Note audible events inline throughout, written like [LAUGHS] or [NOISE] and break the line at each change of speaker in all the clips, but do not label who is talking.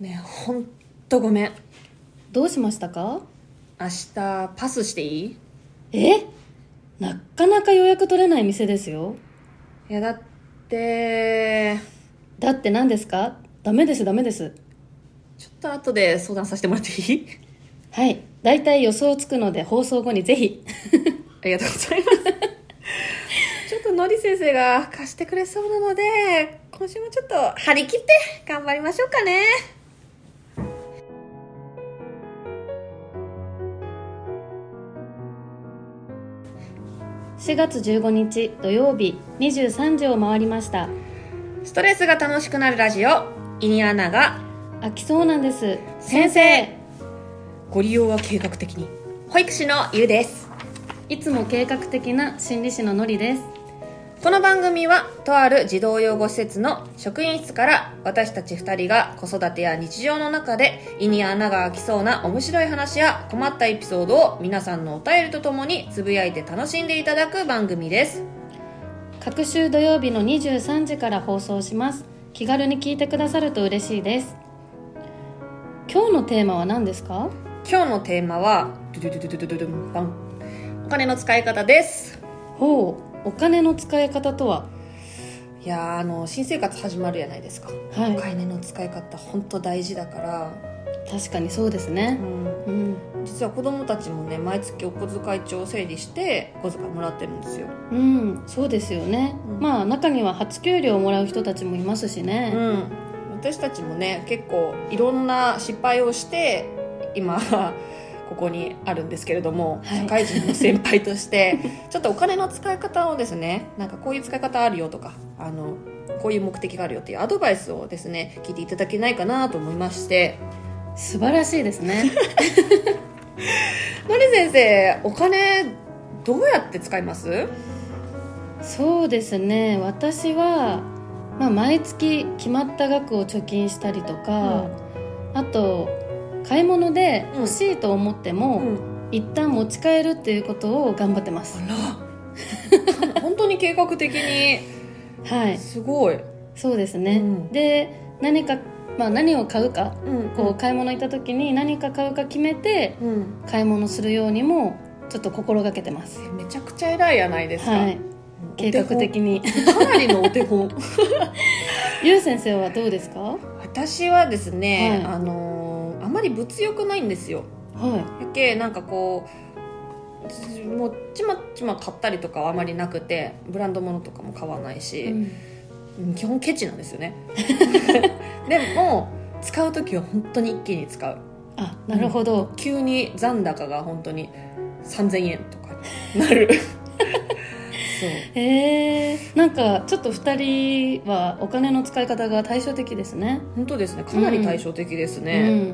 ねほんとごめん
どうしましたか
明日パスしていい
えなかなか予約取れない店ですよ
いやだって
だって何ですかダメですダメです
ちょっと後で相談させてもらってい [LAUGHS] い
はい大体予想つくので放送後にぜひ
ありがとうございますちょっとのり先生が貸してくれそうなので今週もちょっと張り切って頑張りましょうかね
4月15日土曜日23時を回りました
ストレスが楽しくなるラジオイニアナが
飽きそうなんです
先生ご利用は計画的に保育士のゆうです
いつも計画的な心理師ののりです
この番組はとある児童養護施設の職員室から私たち2人が子育てや日常の中で胃に穴が開きそうな面白い話や困ったエピソードを皆さんのお便りとともにつぶやいて楽しんでいただく番組です
各週土曜日の23時から放送します気軽に聞いてくださると嬉しいです今日のテーマは何ですか
今日のテーマはドゥドゥドゥドゥドゥドゥドゥンパンお金の使い方です
ほうお金の使い方とはい
やーあの新生活始まるじゃないですか
は
お
い
金の使い方本当大事だから、
確かにそうです
う
ね
ん、
うん
実は子供たちもね毎月お小遣い帳を整理して小遣いもらってるんですよ、
うんそうですよね、
うん
まあ中には初給料をもらう人たちもいますし
う
ね、
ん、私たちもね結構いろんな失敗をして今ここにあるんですけれども、
はい
社会人の先輩としてちょっとお金の使い方をですねなんかこういう使い方あるよとかあのこういう目的があるよっていうアドバイスをですね聞いていただけないかなと思いまして
素晴らしいで
[LAUGHS]
すね
のり先生お金どうやって使います
そうですね私は、まあ、毎月決まった額を貯金したりとか、あと買い物で欲しいと思っても、
うん
一旦持ち帰るっていうことを頑張ってます
あら [LAUGHS] 本当に計画
[LAUGHS]
的に
はい
すごい、
そうですね、
うん
で何か、まあ、何を買うか
うん
こう買い物行った時に何か買うか決めて
う、うん、
買い物するようにもちょっと心がけてます
めちゃくちゃ偉いやないですか、
はい計画的に
かなりのお手本
ゆう先生はどうですかは
[LAUGHS] 私はですね、
はい
あのーあまり物欲ないんですよ
い
やけなんかこうつもうちまちま買ったりとかはあまりなくてブランド物とかも買わないし、うん基本ケチなんですよ [LAUGHS] ねでも使う時は本当に一気に使う
あなるほど、
急に残高が本当に3000円とかにな [LAUGHS] るそう
えー、なんかちょっと2人はお金の使い方が対照的ですね
本当ですねかなり対照的ですね、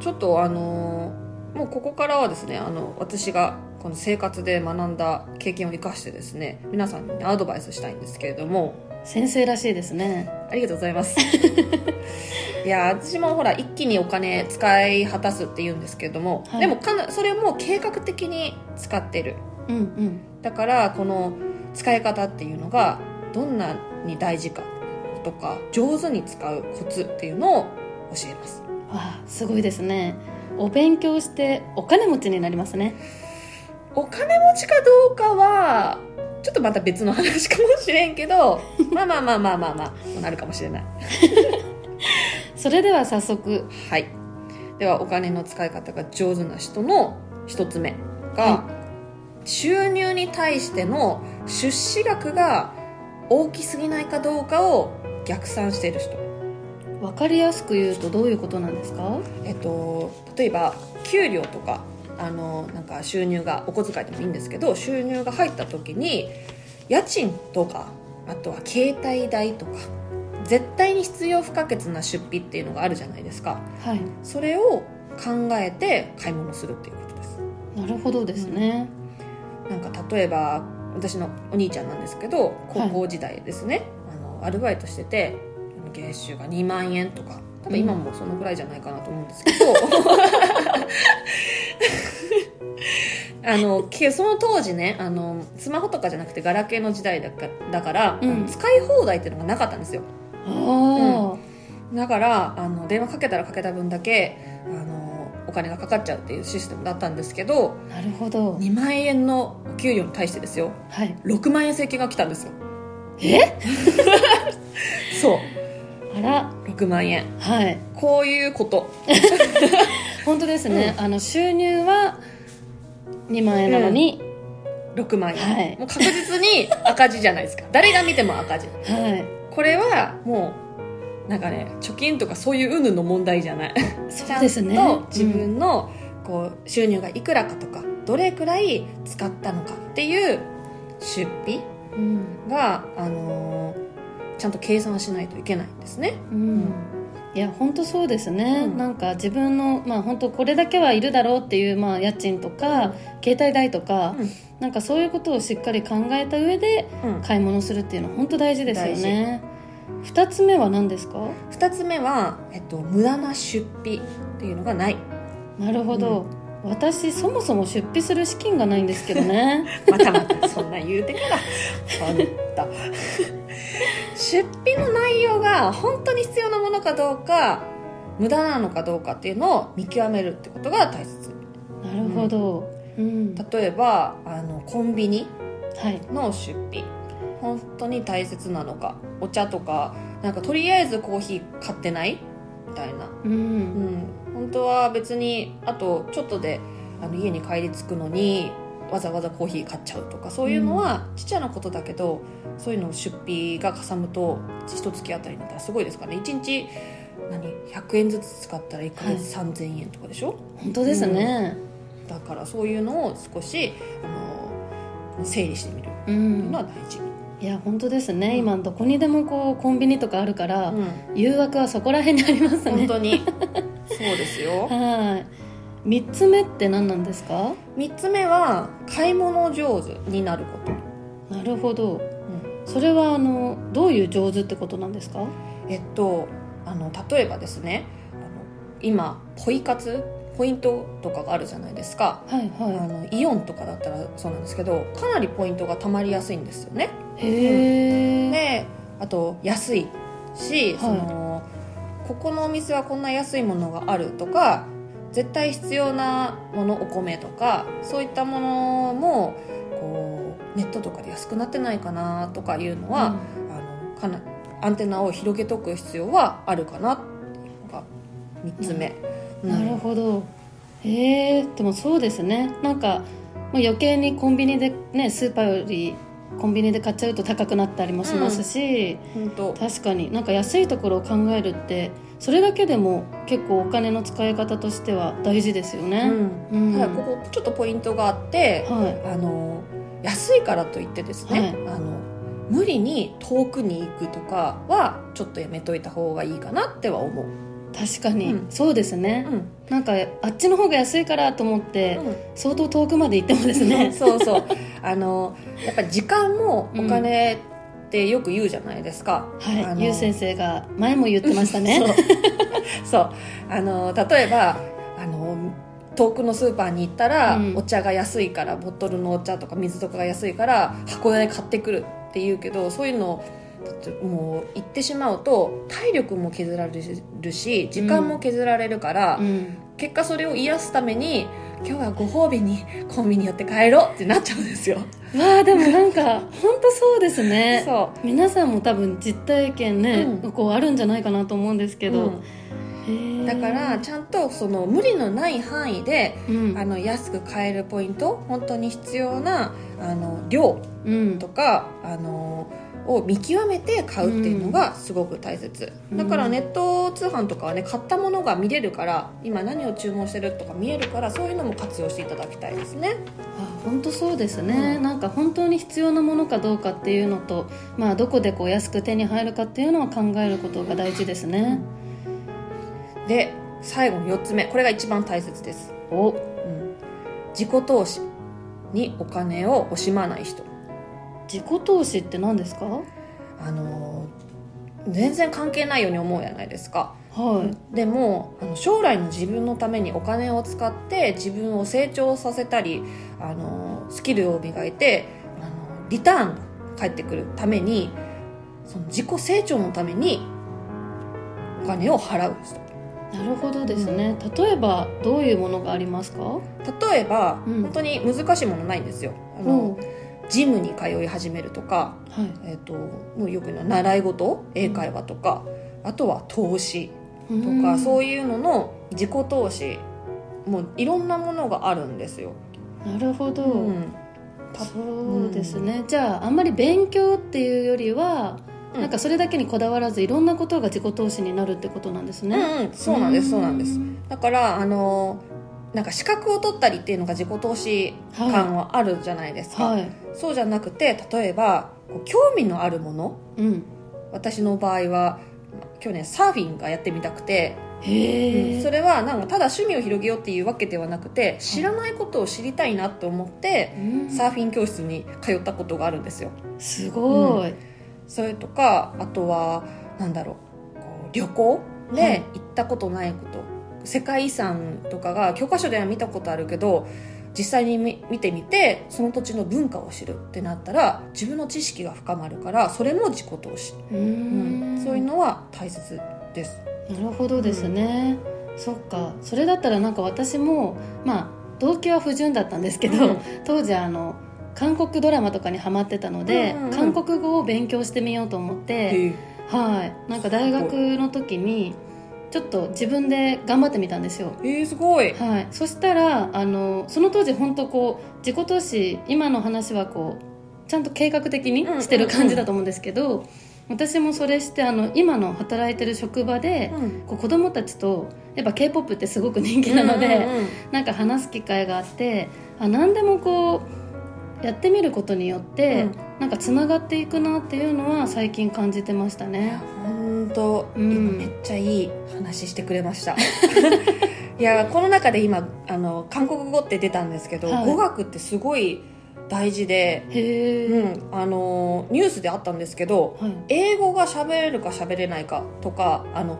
ちょっとあのーもうここからはですねあの私がこの生活で学んだ経験を生かしてですね皆さんにアドバイスしたいんですけれども
うん、先生らしいですね
ありがとうござい
[LAUGHS]
ますいや私もほら一気にお金使い果たすって言うんですけれども、
はい
でもかなそれをもう計画的に使ってる
うんうん
だからこの使い方っていうのがどんなに大事かとか上手に使うコツっていうのを教えます
わあすごいですねお勉強してお金持ちになりますね
お金持ちかどうかはちょっとまた別の話かもしれんけど [LAUGHS] まあまあまあまあまあまあなるかもしれない
それでは早速
はいではお金の使い方が上手な人の一つ目が、
は
収入に対しての出資額が大きすぎないかどうかを逆算している人
分かりやすく言うとどういうことなんですか
えっと、例えば給料とかあのなんか収入がお小遣いでもいいんですけど収入が入った時に家賃とかあとは携帯代とか絶対に必要不可欠な出費っていうのがあるじゃないですか
はい
それを考えて買い物するっていうことです
なるほどですね、
なんか例えば私のお兄ちゃんなんですけど高校時代ですね、あのアルバイトしてて月収が2万円とか多分今もそのぐらいじゃないかなと思うんですけど、あのけその当時ねあのスマホとかじゃなくてガラケーの時代だかだから、
うん
あの使い放題っていうのがなかったんですよ
ああ、
だからあの電話かけたらかけた分だけあのお金がかかっちゃうっていうシステムだったんですけど
なるほど
2万円のお給料に対してですよ
はい
6万円請求が来たんですよ
え
[LAUGHS] そう
あら
6万円
はい
こういうこと
本当ですね、あの収入は2万円なのに、
6万円、
はい
もう確実に赤字じゃないですか [LAUGHS] 誰が見ても赤字
は
これはもうなんかね貯金とかそういう云々の問題じゃない
い [LAUGHS] そうですね
ちゃんと自分のこう収入がいくらかとかどれくらい使ったのかっていう出費
うん、
が、あのーちゃんと計算しないといけないんですね。
うんうんいや本当そうですね、
うん
なんか自分のまあ本当これだけはいるだろうっていう、まあ、家賃とか携帯代とか、
うん
なんかそういうことをしっかり考えた上で
うん、
買い物するっていうのは本当大事ですよね二つ目は何ですか
2つ目は、えっと、無駄な出費っていうのがない、
なるほど、私そもそも出費する資金がないんですけどね
またまたそんな言うてからあんた出費の内容が本当に必要なものかどうか無駄なのかどうかっていうのを見極めるってことが大切
なるほど、うん
例えばあのコンビニ
はい
の出費本当に大切なのかお茶とかなんかとりあえずコーヒー買ってないみたいなう
う
んん本当は別にあとちょっとであの家に帰り着くのにわざわざコーヒー買っちゃうとかそういうのはちっちゃなことだけど、そういうの出費がかさむと一月あたりだったらすごいですからね1日何100円ずつ使ったら1ヶ月3000円とかでしょ、
本当ですね、
だからそういうのを少しあの整理してみるっ
うん
ていうのは大事、
いや本当ですね、今どこにでもこうコンビニとかあるから、
うん
誘惑はそこら辺にあります
本
ね
当にそうですよ
はい3つ目って何なんですか
3つ目は買い物上手になること
なるほど、それはあのどういう上手ってことなんですか
えっとあの例えばですねあの今ポイ活ポイントとかがあるじゃないですか
はい
あ
は
のイオンとかだったらそうなんですけどかなりポイントがたまりやすいんですよね
いへえ、
であと安いし、
い
そのここのお店はこんな安いものがあるとか絶対必要なものお米とかそういったものもこうネットとかで安くなってないかなとかいうのは、あのかなアンテナを広げとく必要はあるかなっていうのが3つ目、
うんなるほどへえでもそうですねなんかもう余計にコンビニでねスーパーよりコンビニで買っちゃうと高くなったりもしますし、
本当
確かになんか安いところを考えるってそれだけでも結構お金の使い方としては大事ですよね、うん
ただここちょっとポイントがあって、
は
あの安いからといってですね、
はい
あの無理に遠くに行くとかはちょっとやめといた方がいいかなっては思う、
い確かに、
うん
そうですね、
ん
なんかあっちの方が安いからと思って、相当遠くまで行ってもです
[LAUGHS]
ね
そうそうあのやっぱり時間もお金ってよく言うじゃないですか、
はい、
あの
ゆう先生が前も言ってまし
[LAUGHS]
たね
そうそうあの例えばあの遠くのスーパーに行ったら、
うん
お茶が安いからボトルのお茶とか水とかが安いから箱で買ってくるって言うけどそういうのだってもう行ってしまうと体力も削られるし時間も削られるから、
うん
結果それを癒すために今日はご褒美にコンビニ寄って帰ろうってなっちゃうんですよ。
わあでもなんか本当そうですね
そ
皆さんも多分実体験ね、
う
こうあるんじゃないかなと思うんですけ
う
ど、
う
へ
ん
え
だからちゃんとその無理のない範囲で
うん
あの安く買えるポイント本当に必要なあの量
うん
とかあのを見極めて買うっていうのがすごく大切、
うん
だからネット通販とかはね買ったものが見れるから今何を注文してるとか見えるからそういうのも活用していただきたいですね
あ本当そうですね、
うん
なんか本当に必要なものかどうかっていうのと、まあ、どこでこう安く手に入るかっていうのを考えることが大事ですね、
で最後の4つ目これが一番大切です、
お
うん、自己投資にお金を惜しまない人
自己投資って何ですかは
あの全然関係ないように思うじゃないですか
い、
でもあの将来の自分のためにお金を使って自分を成長させたりあのスキルを磨いてあのリターンが返ってくるためにその自己成長のために金を払うです
なるほどですね、例えばどういうものがありますか
例えば、
うん
本当に難しいものないんですよあ
お
の
う
ジムに通い始めるとか、
はい
えっともうよく言うのは習い事英会話とか、あとは投資とか、そう
い
いうのの自己投資もういろんなものがあるんですよ。
うんなるほど、
うんた
そうですね、じゃああんまり勉強っていうよりは、
うん
なんかそれだけにこだわらずいろんなことが自己投資になるってことなんです
う
ね、
んうん、そうなんですそうなんです
ん
だからあのなんか資格を取ったりっていうのが自己投資感はあるじゃないですか、
はい
そうじゃなくて例えばこう興味のあるもの
うん
私の場合は去年サーフィンがやってみたくて、
へえ、
うんそれはなんかただ趣味を広げようっていうわけではなくて知らないことを知りたいなと思って
うん
サーフィン教室に通ったことがあるんですよ
すごい、
それとかあとはなんだろうこう旅行
はい
で行ったことないこと、世界遺産とかが教科書では見たことあるけど実際に見見てみてその土地の文化を知るってなったら自分の知識が深まるからそれも自己投資、
う
うん
ん
そういうのは大切です。
なるほどですね、そっかそれだったらなんか私もまあ動機は不純だったんですけど、
うん
当時あの韓国ドラマとかにハマってたので、
うんうんうん
韓国語を勉強してみようと思って、
へ
はいなんか大学の時にちょっと自分で頑張ってみたんですよ
ええーすごい、
はい、そしたらあのその当時本当こう自己投資今の話はこうちゃんと計画的にしてる感じだと思うんですけど、私もそれしてあの今の働いてる職場で、
ん、
こう子供たちとやっぱ k p o p ってすごく人 [LAUGHS] 気なので、
うんうんうん
なんか話す機会があってあ何でもこうやってみることによって、
うん
なんかつながっていくなっていうのは最近感じてました
いや
ね。
本当、
うん
今めっちゃいい話してくれました [LAUGHS] いやこの中で今あの韓国語って出たんですけど、
はい
語学ってすごい大事で、
へ
う
え、
ん、あのニュースであったんですけど
はい
英語が喋れるか喋れないかとかあの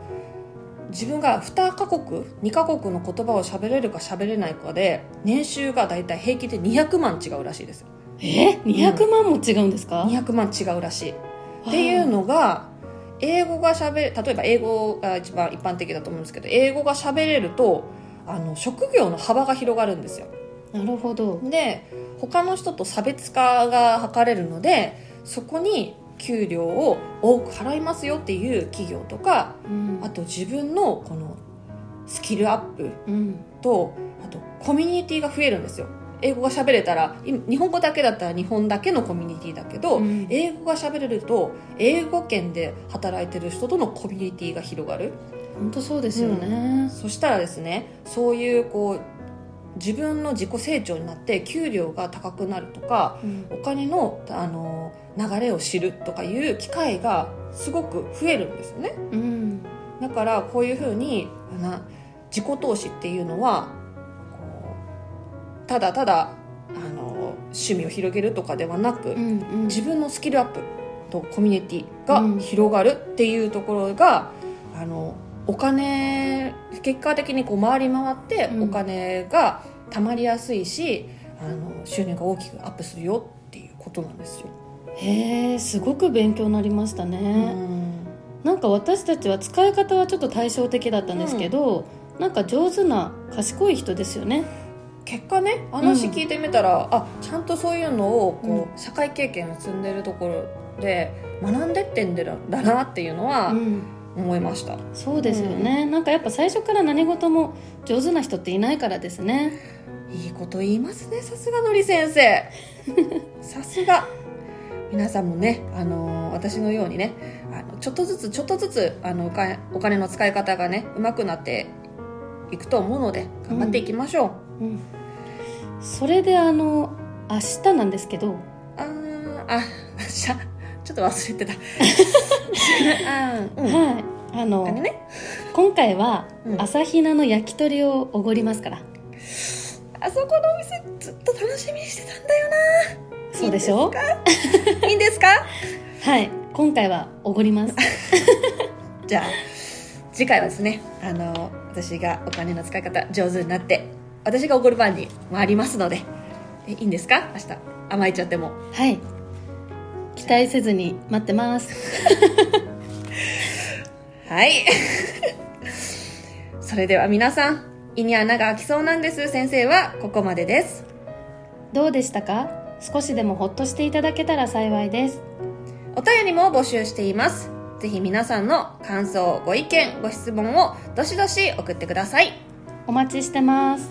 自分が2カ国2カ国の言葉を喋れるか喋れないかで年収が大体平均で200万違うらしいです
え200万も違うんですか、
200万違うらしいっていうのが英語がしゃべ例えば英語が一番一般的だと思うんですけど英語がしゃべれるとあの職業の幅が広がるんですよ
なるほど
で他の人と差別化が図れるのでそこに給料を多く払いますよっていう企業とか
うん
あと自分のこのスキルアップ
うん
とあとコミュニティが増えるんですよ英語が喋れたらい日本語だけだったら日本だけのコミュニティだけど、
うん
英語が喋れると英語圏で働いてる人とのコミュニティが広がる
本当そうですよね、
そしたらですねそういうこう自分の自己成長になって給料が高くなるとか
うん
お金のあの流れを知るとかいう機会がすごく増えるんですよね
うん
だからこういうふうにな自己投資っていうのはこうただただあの趣味を広げるとかではなく、
うんうん
自分のスキルアップとコミュニティが広がるっていうところが、あのお金結果的にこう回り回って
うん
お金が貯まりやすいし、あの収入が大きくアップするよっていうことなんですよ。
へえすごく勉強になりました
う
ね、
ん
なんか私たちは使い方はちょっと対照的だったんですけど、なんか上手な賢い人ですよね
結果ね話聞いてみたら、あちゃんとそういうのをこう、社会経験を積んでるところで学んでってんだなっていうのは
うん
思いました、
そうですよね、なんかやっぱ最初から何事も上手な人っていないからですね
いいこと言いますねさすがのり先
[LAUGHS]
生さすが皆さんもね、あのー私のようにねあのちょっとずつちょっとずつあのお金お金の使い方がねうまくなっていくと思うので頑張っていきましょ
うんそれであの明日なんですけど
う、あーああしゃちょっと忘
[LAUGHS]
れてたあーうん
はい
お
あ
金
の
ね
今回は
うん
朝比奈の焼き鳥をおごりますから
あそこのお店ずっと楽しみにしてたんだよ
そうでしょ
な。いいんですか？
はい今回はおご
[LAUGHS]
ります
じゃあ次回はですね、あの私がお金の使い方上手になって私が怒る番に回りますので、えいいんですか？明日甘えちゃっても。
はい期待せずに待ってます
はい。 [LAUGHS] それでは皆さん、胃に穴が開きそうなんです先生はここまでです。
どうでしたか少しでもほっとしていただけたら幸いです
お便りも募集しています。ぜひ皆さんの感想、ご意見、ご質問をどしどし送ってください。
お待ちしてます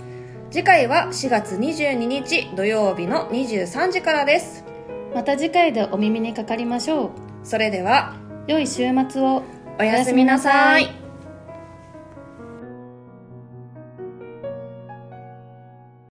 次回は4月22日土曜日の23時からです。
また次回でお耳にかかりましょう
それでは、
良い週末を
おやすみなさい。